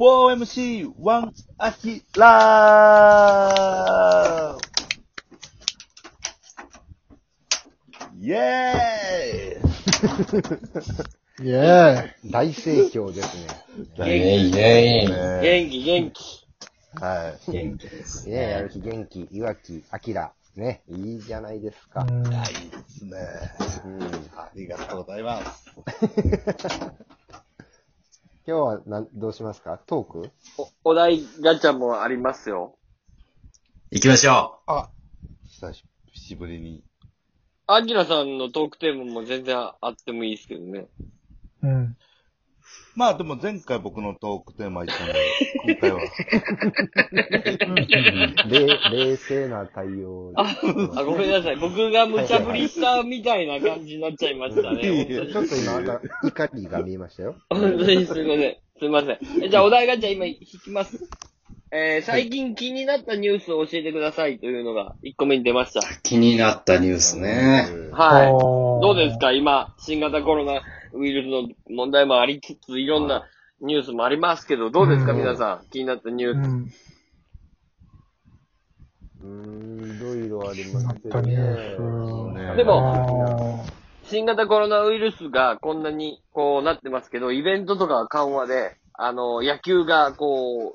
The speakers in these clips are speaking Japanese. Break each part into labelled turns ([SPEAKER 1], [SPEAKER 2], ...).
[SPEAKER 1] 4MC1 アキラーイェー
[SPEAKER 2] イェーイ。
[SPEAKER 3] 大盛況ですね。
[SPEAKER 1] イ
[SPEAKER 4] イェイイェイ。
[SPEAKER 1] ね
[SPEAKER 4] 元気元気。
[SPEAKER 1] は
[SPEAKER 4] 元気です。
[SPEAKER 3] ねえ、やる気、元気、いわき、あきら。ね、いいじゃないですか。
[SPEAKER 2] う
[SPEAKER 1] い。い
[SPEAKER 2] ん
[SPEAKER 1] いですね。
[SPEAKER 3] うん、今
[SPEAKER 1] ありがとうございます。
[SPEAKER 3] 日はなんどうしますかトーク
[SPEAKER 4] お、お題ガチャもありますよ。
[SPEAKER 5] 行きましょ
[SPEAKER 1] あ、久しぶりに。
[SPEAKER 4] アキラさんのトークテーマも全然あってもいいですけどね。
[SPEAKER 2] うん。
[SPEAKER 1] まあでも前回僕のトークテーマ言ったので、今 回は。
[SPEAKER 3] 冷冷静な対応。
[SPEAKER 4] あ、ごめんなさい。僕が無茶ぶりしたみたいな感じになっちゃ いました
[SPEAKER 1] いや
[SPEAKER 4] ね。
[SPEAKER 3] ちょっと今、なんか怒りが見えましたよ。
[SPEAKER 4] 本当に本当にすいません。すいません。えじゃあお題ガチャ今引きます。えー、最近気になったニュースを教えてくださいというのが1個目に出ました。
[SPEAKER 5] う。気になったニュースね。
[SPEAKER 4] はい。
[SPEAKER 2] おー
[SPEAKER 4] どうですか今、新型コロナウイルスの問題もありつつ、いろんなニュースもありますけど、どうですか、
[SPEAKER 2] うん
[SPEAKER 4] 皆さん。気になったニュ
[SPEAKER 2] う
[SPEAKER 4] ース。
[SPEAKER 2] ん。
[SPEAKER 3] うーん、いろいろありますけ
[SPEAKER 2] 本当
[SPEAKER 3] ど
[SPEAKER 2] に
[SPEAKER 3] ね。
[SPEAKER 2] うん
[SPEAKER 1] ね
[SPEAKER 4] で
[SPEAKER 2] あ
[SPEAKER 4] も
[SPEAKER 2] ー
[SPEAKER 4] 新型コロナウイルスがこんなにこうなってますけど、イベントとかは緩和で、あの、野球がこう、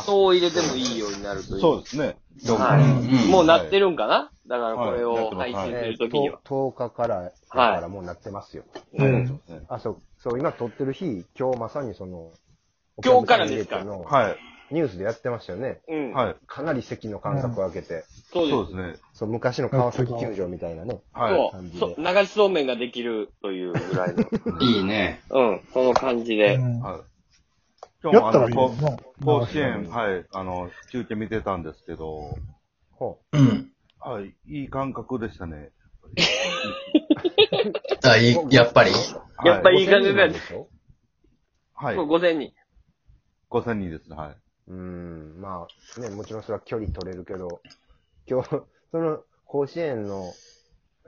[SPEAKER 4] 人を入れてもいいようになるという。
[SPEAKER 1] そうですね。どうも
[SPEAKER 4] はい
[SPEAKER 5] うん
[SPEAKER 4] もうなってるんかな、だから
[SPEAKER 1] はい
[SPEAKER 4] これを配信す
[SPEAKER 3] え
[SPEAKER 4] る
[SPEAKER 3] ー
[SPEAKER 4] ときには。
[SPEAKER 3] と10日から、だからもうなってますよ。
[SPEAKER 2] う
[SPEAKER 1] ありがと
[SPEAKER 2] ん
[SPEAKER 1] うございます
[SPEAKER 3] あ、そう、そう、今撮ってる日、今日まさにその、
[SPEAKER 4] 今日からです
[SPEAKER 3] お
[SPEAKER 4] か
[SPEAKER 3] 客さん入れての
[SPEAKER 1] は
[SPEAKER 3] ニュースでやってましたよね。
[SPEAKER 4] うん。
[SPEAKER 1] い。はい。
[SPEAKER 3] かなり席の間隔を空けて、
[SPEAKER 4] そうで
[SPEAKER 1] そ
[SPEAKER 4] す。そう
[SPEAKER 1] ですね。
[SPEAKER 3] そう、昔の川崎球場みたいなね。
[SPEAKER 1] は
[SPEAKER 3] 感じで
[SPEAKER 4] うそう流しそうめんができるというぐらいの。
[SPEAKER 5] いいね。
[SPEAKER 4] うん。その感じで。
[SPEAKER 2] うん
[SPEAKER 1] い。はい。今日
[SPEAKER 2] や
[SPEAKER 1] も
[SPEAKER 2] っ
[SPEAKER 1] あ
[SPEAKER 2] たら
[SPEAKER 1] の
[SPEAKER 2] いい
[SPEAKER 1] こ
[SPEAKER 2] よな。
[SPEAKER 1] う、甲子園、はい、あの、中継見てたんですけど、
[SPEAKER 3] ほう
[SPEAKER 5] うん。
[SPEAKER 1] はい、いい感覚でしたね。
[SPEAKER 5] あ、いいやっぱり
[SPEAKER 4] やっぱりいい感じだよ
[SPEAKER 3] 5000人な
[SPEAKER 4] ね
[SPEAKER 3] んしょ
[SPEAKER 1] はい
[SPEAKER 4] そう、。午前に。
[SPEAKER 1] 5000人ですね、はい。
[SPEAKER 3] うーん、まあ、ね、もちろんそれは距離取れるけど、今日、その、甲子園の、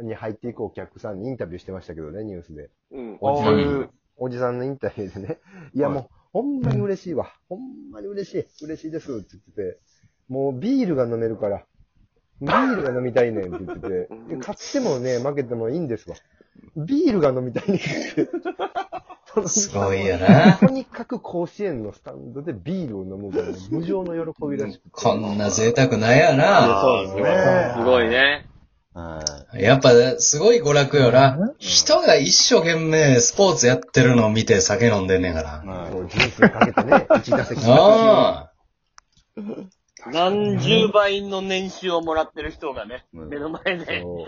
[SPEAKER 3] に入っていくお客さんにインタビューしてましたけどね、ニュースで。
[SPEAKER 4] うん。
[SPEAKER 3] おじさ
[SPEAKER 5] さん
[SPEAKER 3] ん、おじさんのインタビューでね。いや、
[SPEAKER 1] はい
[SPEAKER 3] もう、ほんまに嬉しいわ。ほんまに嬉しい。嬉しいですって言ってて、もうビールが飲めるから、ビールが飲みたいねんって言ってて、い や勝ってもね、負けてもいいんですわ。ビールが飲みたいねんって言って。
[SPEAKER 5] すごいよな。
[SPEAKER 3] とにかく甲子園のスタンドでビールを飲むから、無情の喜びらしくて。
[SPEAKER 5] こんな贅沢ないや
[SPEAKER 1] や
[SPEAKER 5] な。
[SPEAKER 1] そうですね
[SPEAKER 4] すごいね。
[SPEAKER 1] はい。
[SPEAKER 5] やっぱ、すごい娯楽よな。人が一生懸命スポーツやってるのを見て酒飲んでんねんから。
[SPEAKER 3] そう、人生かけてね、1打席
[SPEAKER 5] あ
[SPEAKER 4] 何十倍の年収をもらってる人がね、
[SPEAKER 1] うん
[SPEAKER 4] 目の前で、
[SPEAKER 3] そ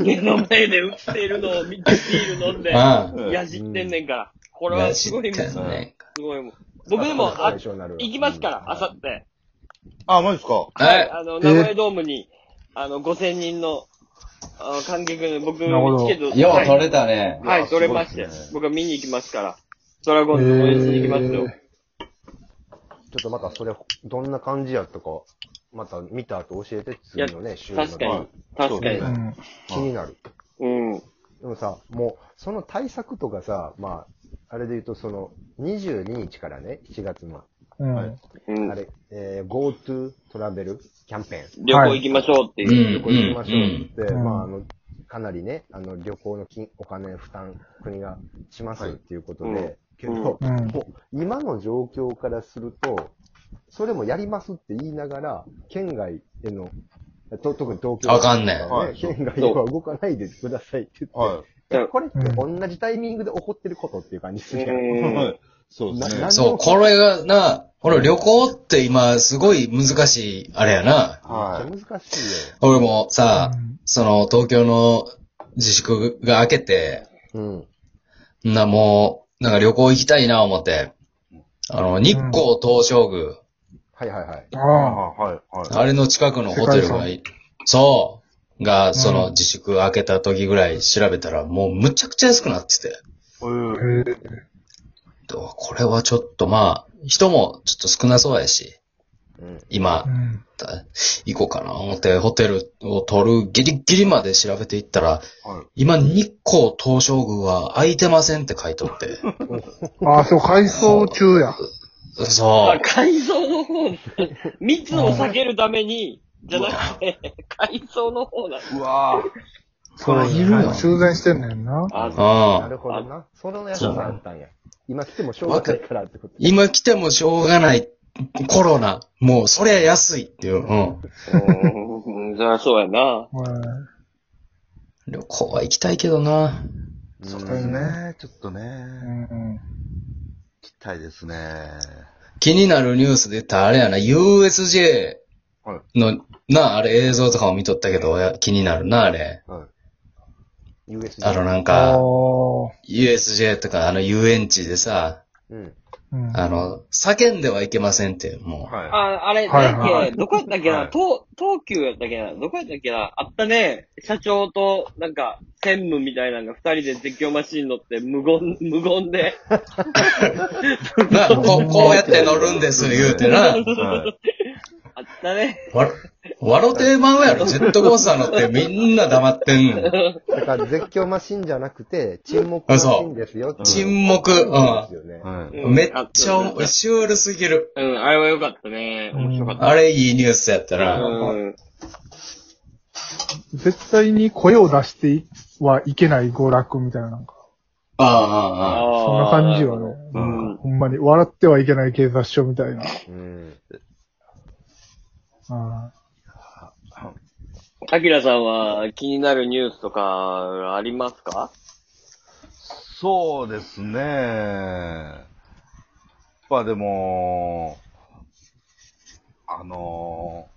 [SPEAKER 3] う
[SPEAKER 4] 目の前で売っているのを見てビール飲んで
[SPEAKER 5] あ。、ああ。
[SPEAKER 1] うん
[SPEAKER 4] やじってんねんから。こ
[SPEAKER 5] こ
[SPEAKER 4] れはすごいもん、す
[SPEAKER 5] ね。
[SPEAKER 4] ごいもん。僕でも、あ
[SPEAKER 3] 最、初になるわ
[SPEAKER 4] 行きますから、あさって。
[SPEAKER 1] あ、マジですか
[SPEAKER 5] はい。
[SPEAKER 4] あの、名古屋ドームに、あの、5000人の、あの、観客の僕、チケ
[SPEAKER 2] なるほど
[SPEAKER 4] ット、
[SPEAKER 5] よ
[SPEAKER 4] は
[SPEAKER 5] う取
[SPEAKER 4] い、
[SPEAKER 5] れたね。
[SPEAKER 4] はい
[SPEAKER 1] いや
[SPEAKER 4] 取れまし
[SPEAKER 1] すご
[SPEAKER 4] て、
[SPEAKER 1] いですね
[SPEAKER 4] 僕は見に行きますから、ドラゴンズの応援しに行きますよ。
[SPEAKER 3] ちょっとまたそれ、どんな感じやとか、また見た後教えて、次のね、週の
[SPEAKER 4] 確か
[SPEAKER 1] はい、
[SPEAKER 4] に確かに。
[SPEAKER 1] そうね
[SPEAKER 2] ん
[SPEAKER 3] 気になる。
[SPEAKER 4] うん。
[SPEAKER 3] でもさ、もう、その対策とかさ、まあ、あれで言うと、その、22日からね、7月の、
[SPEAKER 2] うん
[SPEAKER 1] はい
[SPEAKER 4] うん
[SPEAKER 3] あ。れ、えー、GoTo トラベルキャンペーン。
[SPEAKER 4] 旅行行きましょうって
[SPEAKER 5] う
[SPEAKER 4] い
[SPEAKER 5] ん、う
[SPEAKER 4] う。
[SPEAKER 3] 旅行行きましょうっ
[SPEAKER 5] ん。
[SPEAKER 3] て、
[SPEAKER 2] うん
[SPEAKER 3] まあ、あの、かなりね、あの、旅行の金、お金負担、国がしますっていうことで、
[SPEAKER 4] はい
[SPEAKER 3] けど、
[SPEAKER 2] うん
[SPEAKER 3] もう、今の状況からすると、それもやりますって言いながら、県外への、と特に東京
[SPEAKER 5] あかんねん
[SPEAKER 3] ね
[SPEAKER 1] はい
[SPEAKER 3] 県外へは動かないでくださいって言っ
[SPEAKER 1] は
[SPEAKER 3] て、これって同じタイミングで起こってることっていう感じするやん。
[SPEAKER 1] い。
[SPEAKER 4] うん
[SPEAKER 1] はい。そうですね
[SPEAKER 3] な。
[SPEAKER 5] そう、これがな、この旅行って今すごい難しい、あれやな。
[SPEAKER 1] は
[SPEAKER 3] めっちゃ難しいよ。
[SPEAKER 5] 俺もさ
[SPEAKER 2] うん、
[SPEAKER 5] その東京の自粛が明けて、
[SPEAKER 3] うん。
[SPEAKER 5] な、もう、なんか旅行行きたいな思って、あの、日光東照宮、
[SPEAKER 3] はいはいはい。
[SPEAKER 1] い。
[SPEAKER 2] ああ。
[SPEAKER 1] はい。はい。
[SPEAKER 5] あれの近くのホテルが
[SPEAKER 2] 世界、
[SPEAKER 5] そう、が、その
[SPEAKER 2] うん
[SPEAKER 5] 自粛明けた時ぐらい調べたら、もうむちゃくちゃ安くなってて、
[SPEAKER 1] うん
[SPEAKER 2] へ
[SPEAKER 5] これはちょっとまあ、人もちょっと少なそうやし、
[SPEAKER 3] うん。
[SPEAKER 5] 今
[SPEAKER 2] ーう、ん
[SPEAKER 5] った、行こうかな思って、ホテルを取るギリギリまで調べていったら、
[SPEAKER 1] はい
[SPEAKER 5] 今、日光東照宮は空いてませんって書いとって。
[SPEAKER 2] ああ、そう、改装中や。
[SPEAKER 5] そ
[SPEAKER 4] あ
[SPEAKER 5] う。
[SPEAKER 4] 改造の方、密を避けるために、じゃなくて、改造の方なんだ。
[SPEAKER 1] うわぁ。
[SPEAKER 5] そう
[SPEAKER 2] いるよ。修繕してんねんな。
[SPEAKER 4] あ
[SPEAKER 3] な
[SPEAKER 5] う
[SPEAKER 3] る
[SPEAKER 5] ん。
[SPEAKER 3] ほどな。そのやつがあったんや。今来てもしょうがないからってこと。
[SPEAKER 5] 今来てもしょうがない。コロナ。もう、そりゃ安いっていう。うん。
[SPEAKER 4] うん、じゃあそうやな。
[SPEAKER 2] うん
[SPEAKER 5] 旅行は行きたいけどな。
[SPEAKER 1] そうですね。ちょっとね。
[SPEAKER 2] うん。
[SPEAKER 1] 行きたいですね。
[SPEAKER 5] 気になるニュースで言ったらあれやな、USJ
[SPEAKER 1] は
[SPEAKER 5] の、な、あれ映像とかも見とったけど、や気になるな、あれ。
[SPEAKER 1] は
[SPEAKER 3] USJ。
[SPEAKER 5] あのなん
[SPEAKER 2] あ
[SPEAKER 5] か、USJ とかあの遊園地でさ、
[SPEAKER 3] うん。
[SPEAKER 2] あ。
[SPEAKER 5] あの、叫んではいけませんって、も
[SPEAKER 1] い。
[SPEAKER 5] う。
[SPEAKER 1] は
[SPEAKER 4] あ、あれ、
[SPEAKER 2] はい
[SPEAKER 4] 何やっ
[SPEAKER 2] は
[SPEAKER 4] け、どこやったっけ
[SPEAKER 1] はい
[SPEAKER 4] な、東、東急やったっけな、どこやったっけな、あったね、社長と、なんか、専務みたいなのが二人で絶叫マシン乗って、無言、 無言で、
[SPEAKER 5] な、こう、こうやって乗るんです、言うてな。
[SPEAKER 1] い。はい。
[SPEAKER 4] あったね。
[SPEAKER 5] わ、わろてまうやろ、ジェットコースター乗ってみんな黙ってんの。
[SPEAKER 3] だから絶叫マシンじゃなくて、沈黙マシンですよっていう。
[SPEAKER 5] 沈黙、
[SPEAKER 3] です
[SPEAKER 5] う
[SPEAKER 3] よね。
[SPEAKER 1] はい。
[SPEAKER 4] うん
[SPEAKER 5] ん。めっちゃ
[SPEAKER 4] あった
[SPEAKER 5] お、シュールすぎる。
[SPEAKER 4] うん、あれは良かったね。面白かった。
[SPEAKER 5] あれいいニュースやったな。
[SPEAKER 4] うん。
[SPEAKER 2] 絶対に声を出してはいけない娯楽みたいな、なんか。
[SPEAKER 5] ああ、ああ、ああ。
[SPEAKER 2] そんな感じよね。
[SPEAKER 1] う。
[SPEAKER 4] うんん。
[SPEAKER 2] ほんまに、笑ってはいけない警察署みたいな。
[SPEAKER 3] うん。
[SPEAKER 2] うん
[SPEAKER 4] アキラさんは気になるニュースとかありますか
[SPEAKER 1] そうですね。まあでも、あの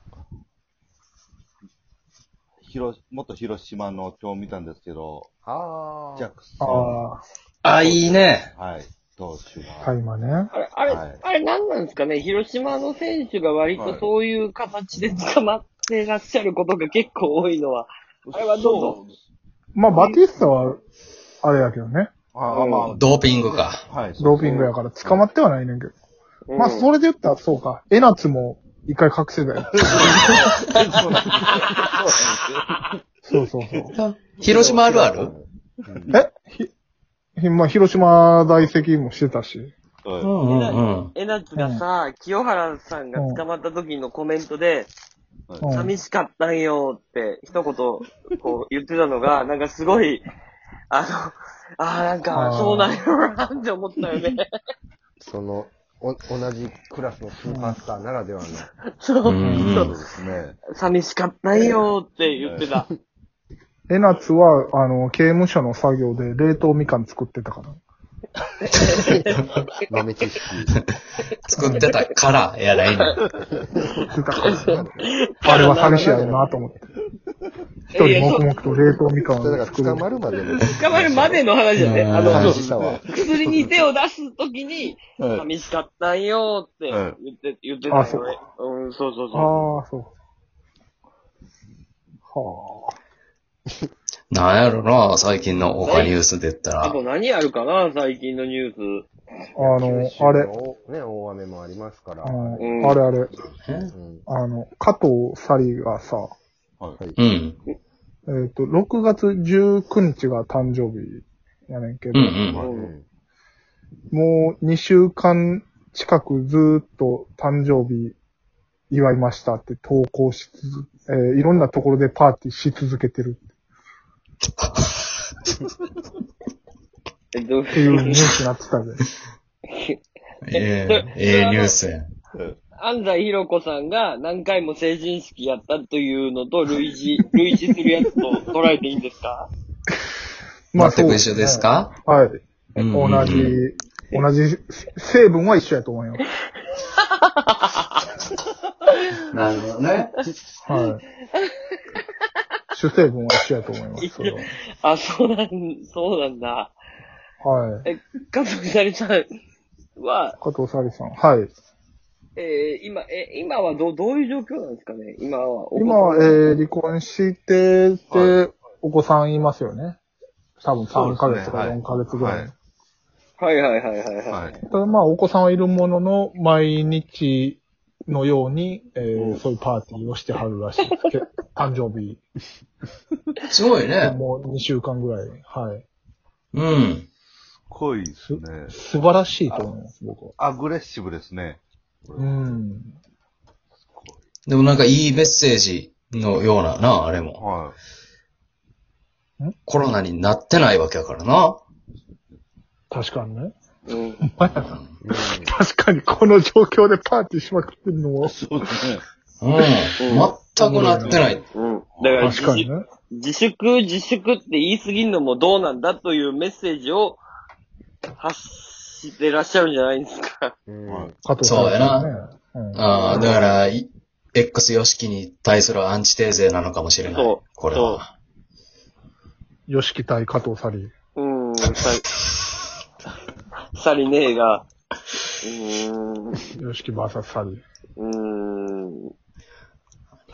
[SPEAKER 1] ー、広、元広島の今日見たんですけど、
[SPEAKER 3] ああ。
[SPEAKER 1] ジャクソ
[SPEAKER 2] ああ、
[SPEAKER 5] あ、いいね。
[SPEAKER 1] ン、はい、投手が、
[SPEAKER 2] 大麻ね。
[SPEAKER 4] あれ、あれ、
[SPEAKER 1] はい
[SPEAKER 4] あれ何なんですかね広島の選手が割とそういう形で捕まってらっしゃることが結構多いのは。あれはどうぞ
[SPEAKER 2] まあ、バティスタは、あれやけどね。
[SPEAKER 1] ああ、ま
[SPEAKER 5] ドーピングか。
[SPEAKER 1] あ、はい。
[SPEAKER 2] ドーピングやから捕まってはないねんけど。
[SPEAKER 4] うん
[SPEAKER 2] まあ、それで言ったらそうか。エナツも一回覚醒 だよ。そうそうそう。
[SPEAKER 5] 広島あるある
[SPEAKER 2] えひ、ひ、まあ、広島在籍もしてたし。
[SPEAKER 1] はい
[SPEAKER 5] うんうんうん。
[SPEAKER 4] えなつがさ、清原さんが捕まった時のコメント
[SPEAKER 2] う
[SPEAKER 4] で、
[SPEAKER 2] ん
[SPEAKER 4] 寂しかったんよって一言こう言ってた のが、なんかすごい、あの、ああ、なんか
[SPEAKER 2] あー
[SPEAKER 4] そうなんやろなって思った よね。
[SPEAKER 3] その、お、同じクラスのスーパースターならではの。
[SPEAKER 4] そう
[SPEAKER 5] う。ん
[SPEAKER 1] そううんですね。
[SPEAKER 4] 寂しかったんよって言ってた。
[SPEAKER 2] エナツは、あの、刑務所の作業で冷凍みかん作って たから。
[SPEAKER 3] 豆知識。
[SPEAKER 5] 作ってたから、やないの。
[SPEAKER 2] 作ってたからねあれは寂しいやろなと思って。一人黙々と冷凍みかん
[SPEAKER 3] それだ
[SPEAKER 2] を
[SPEAKER 3] か
[SPEAKER 2] 作
[SPEAKER 3] ら捕
[SPEAKER 2] る。
[SPEAKER 3] まるまでの
[SPEAKER 4] 捕まるまでの話だね。
[SPEAKER 5] うん
[SPEAKER 4] あの、
[SPEAKER 3] 寂しさは。
[SPEAKER 4] 薬に手を出すときに、
[SPEAKER 1] はい。
[SPEAKER 4] 寂しかったんよって
[SPEAKER 1] うん
[SPEAKER 4] 言って、言ってた
[SPEAKER 2] あそ
[SPEAKER 4] よ
[SPEAKER 2] う
[SPEAKER 4] ね。うん、そうそうそ
[SPEAKER 2] ああ、そう。はあ。
[SPEAKER 5] なんやろな、最近の他ニュースで言った
[SPEAKER 4] う。あ
[SPEAKER 5] ら
[SPEAKER 4] と。何あるかな最近のニュース。
[SPEAKER 2] あ
[SPEAKER 3] 九
[SPEAKER 2] の
[SPEAKER 3] 州、
[SPEAKER 2] あれ、
[SPEAKER 3] ね、大雨もありますから。
[SPEAKER 2] うん
[SPEAKER 4] うん
[SPEAKER 2] あれあれ、
[SPEAKER 3] うん
[SPEAKER 2] あの、加藤サリがさ、
[SPEAKER 5] うん。
[SPEAKER 2] えっ、と、6月19日が誕生日やねんけ
[SPEAKER 5] う
[SPEAKER 2] ど、
[SPEAKER 5] ん
[SPEAKER 1] は
[SPEAKER 3] う
[SPEAKER 1] い
[SPEAKER 3] ん。
[SPEAKER 2] もう2週間近くずーっと誕生日祝いましたって投稿し続け、えーいろんなところでパーティーし続けてる
[SPEAKER 4] えっと、
[SPEAKER 2] っていうニュースになってた で。
[SPEAKER 5] うん。え え、ええニュースや。
[SPEAKER 4] 安西ひろ子さんが何回も成人式やったというのと類似、 類似するやつと捉えていいんですか
[SPEAKER 5] 全く一緒ですか
[SPEAKER 2] はい。
[SPEAKER 5] うん
[SPEAKER 2] 同じ、同じ成分は一緒やと思います。
[SPEAKER 5] なるほどね。
[SPEAKER 2] はい。主成分は一緒やと思います。それ
[SPEAKER 4] あ、そうなん、そうなんだ。
[SPEAKER 2] ははい。
[SPEAKER 4] え、加藤ひさりさんは、
[SPEAKER 2] 加藤沙莉さん。はい。
[SPEAKER 4] えー今、え、今はど、どういう状況なんですかね今は。
[SPEAKER 2] 今は、えー、離婚してて、お子さんいますよね。多分3ヶ月とか
[SPEAKER 1] そうです
[SPEAKER 2] 4
[SPEAKER 1] ね
[SPEAKER 2] ヶ月ぐらい。
[SPEAKER 1] はい
[SPEAKER 4] はいはいはいはいはい。
[SPEAKER 1] はい。
[SPEAKER 2] ただまあ、お子さんはいるものの、毎日、のように、えー
[SPEAKER 3] うん
[SPEAKER 2] そういうパーティーをしてはるらしいですけど。 誕生日、
[SPEAKER 5] すごいね。
[SPEAKER 2] もう2週間ぐらい。はい。
[SPEAKER 5] うん。
[SPEAKER 1] 濃いですね。
[SPEAKER 2] 素晴らしいと思います、僕は。
[SPEAKER 1] アグレッシブですね。
[SPEAKER 2] うん。
[SPEAKER 5] でもなんかいいメッセージのようなな、あれも。
[SPEAKER 1] は
[SPEAKER 5] コロナになってないわけやからな。
[SPEAKER 2] 確かにね。
[SPEAKER 4] うん。
[SPEAKER 2] 確かにこの状況でパーティーしまくってるのも
[SPEAKER 1] い。。そうですね。
[SPEAKER 5] うん。全くなってない。
[SPEAKER 4] うん。だから自
[SPEAKER 2] 確かに
[SPEAKER 4] 粛、
[SPEAKER 2] ね。
[SPEAKER 4] 自粛、自粛って言い過ぎるのもどうなんだというメッセージを発してらっしゃるんじゃないですか。
[SPEAKER 1] は
[SPEAKER 3] う
[SPEAKER 1] い
[SPEAKER 3] ん。
[SPEAKER 2] 加藤さん、
[SPEAKER 5] そうやな。
[SPEAKER 2] うん。
[SPEAKER 5] ああ、だから、い X 様式に対するアンチテーゼなのかもしれない。
[SPEAKER 4] そう
[SPEAKER 5] これは。
[SPEAKER 2] よしき対加藤サリー。
[SPEAKER 4] うん、さ、さりねえが、うーん、
[SPEAKER 2] よしきバーサスサリー。
[SPEAKER 4] うーん、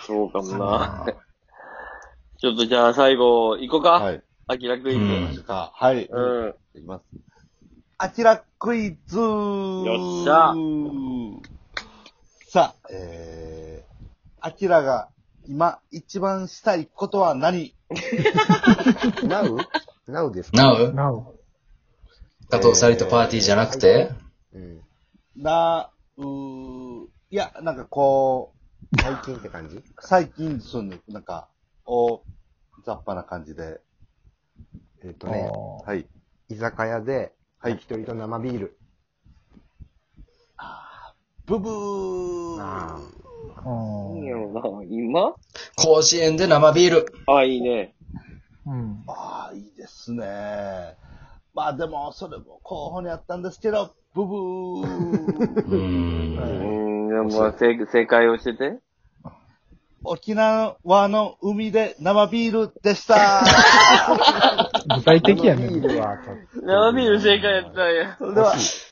[SPEAKER 4] そうかもな。ちょっとじゃあ最後、行こうか。
[SPEAKER 1] はい。
[SPEAKER 4] アキラクイズ。
[SPEAKER 5] う
[SPEAKER 4] うんん。
[SPEAKER 1] じゃあはい。いきます。あちらクイズよ
[SPEAKER 4] っしゃ
[SPEAKER 1] さあ、えー、あちらが今一番したいことは何
[SPEAKER 3] なうなうですか
[SPEAKER 5] なう
[SPEAKER 2] なお。
[SPEAKER 5] 加藤サリとパーティーじゃなくて、
[SPEAKER 3] うん。
[SPEAKER 1] な、うー、いや、なんかこう、
[SPEAKER 3] 最近って感じ
[SPEAKER 1] 最近、そうね、なんか、お、雑把な感じで。
[SPEAKER 3] えっとね、
[SPEAKER 2] あ
[SPEAKER 1] はい。
[SPEAKER 3] 居酒屋で、
[SPEAKER 1] はい
[SPEAKER 3] 焼き鳥と生ビール。
[SPEAKER 1] ブブー
[SPEAKER 3] あー
[SPEAKER 2] ーうん
[SPEAKER 4] いいやろな。今
[SPEAKER 5] 甲子園で生ビール。
[SPEAKER 4] あ、いいね。
[SPEAKER 2] うん。
[SPEAKER 1] ああ、いいですね。まあでも、それも候補にあったんですけど、ブブ
[SPEAKER 5] う
[SPEAKER 1] ー。
[SPEAKER 5] ん。
[SPEAKER 4] う
[SPEAKER 2] はい
[SPEAKER 4] ん、でもまあ、正正解をしてて。
[SPEAKER 1] 沖縄の海で生ビールでした。
[SPEAKER 2] 具体的や
[SPEAKER 3] 生ビ
[SPEAKER 2] ね。
[SPEAKER 3] ールはちょっと
[SPEAKER 4] 生ビール正解やったんや。
[SPEAKER 1] それでは、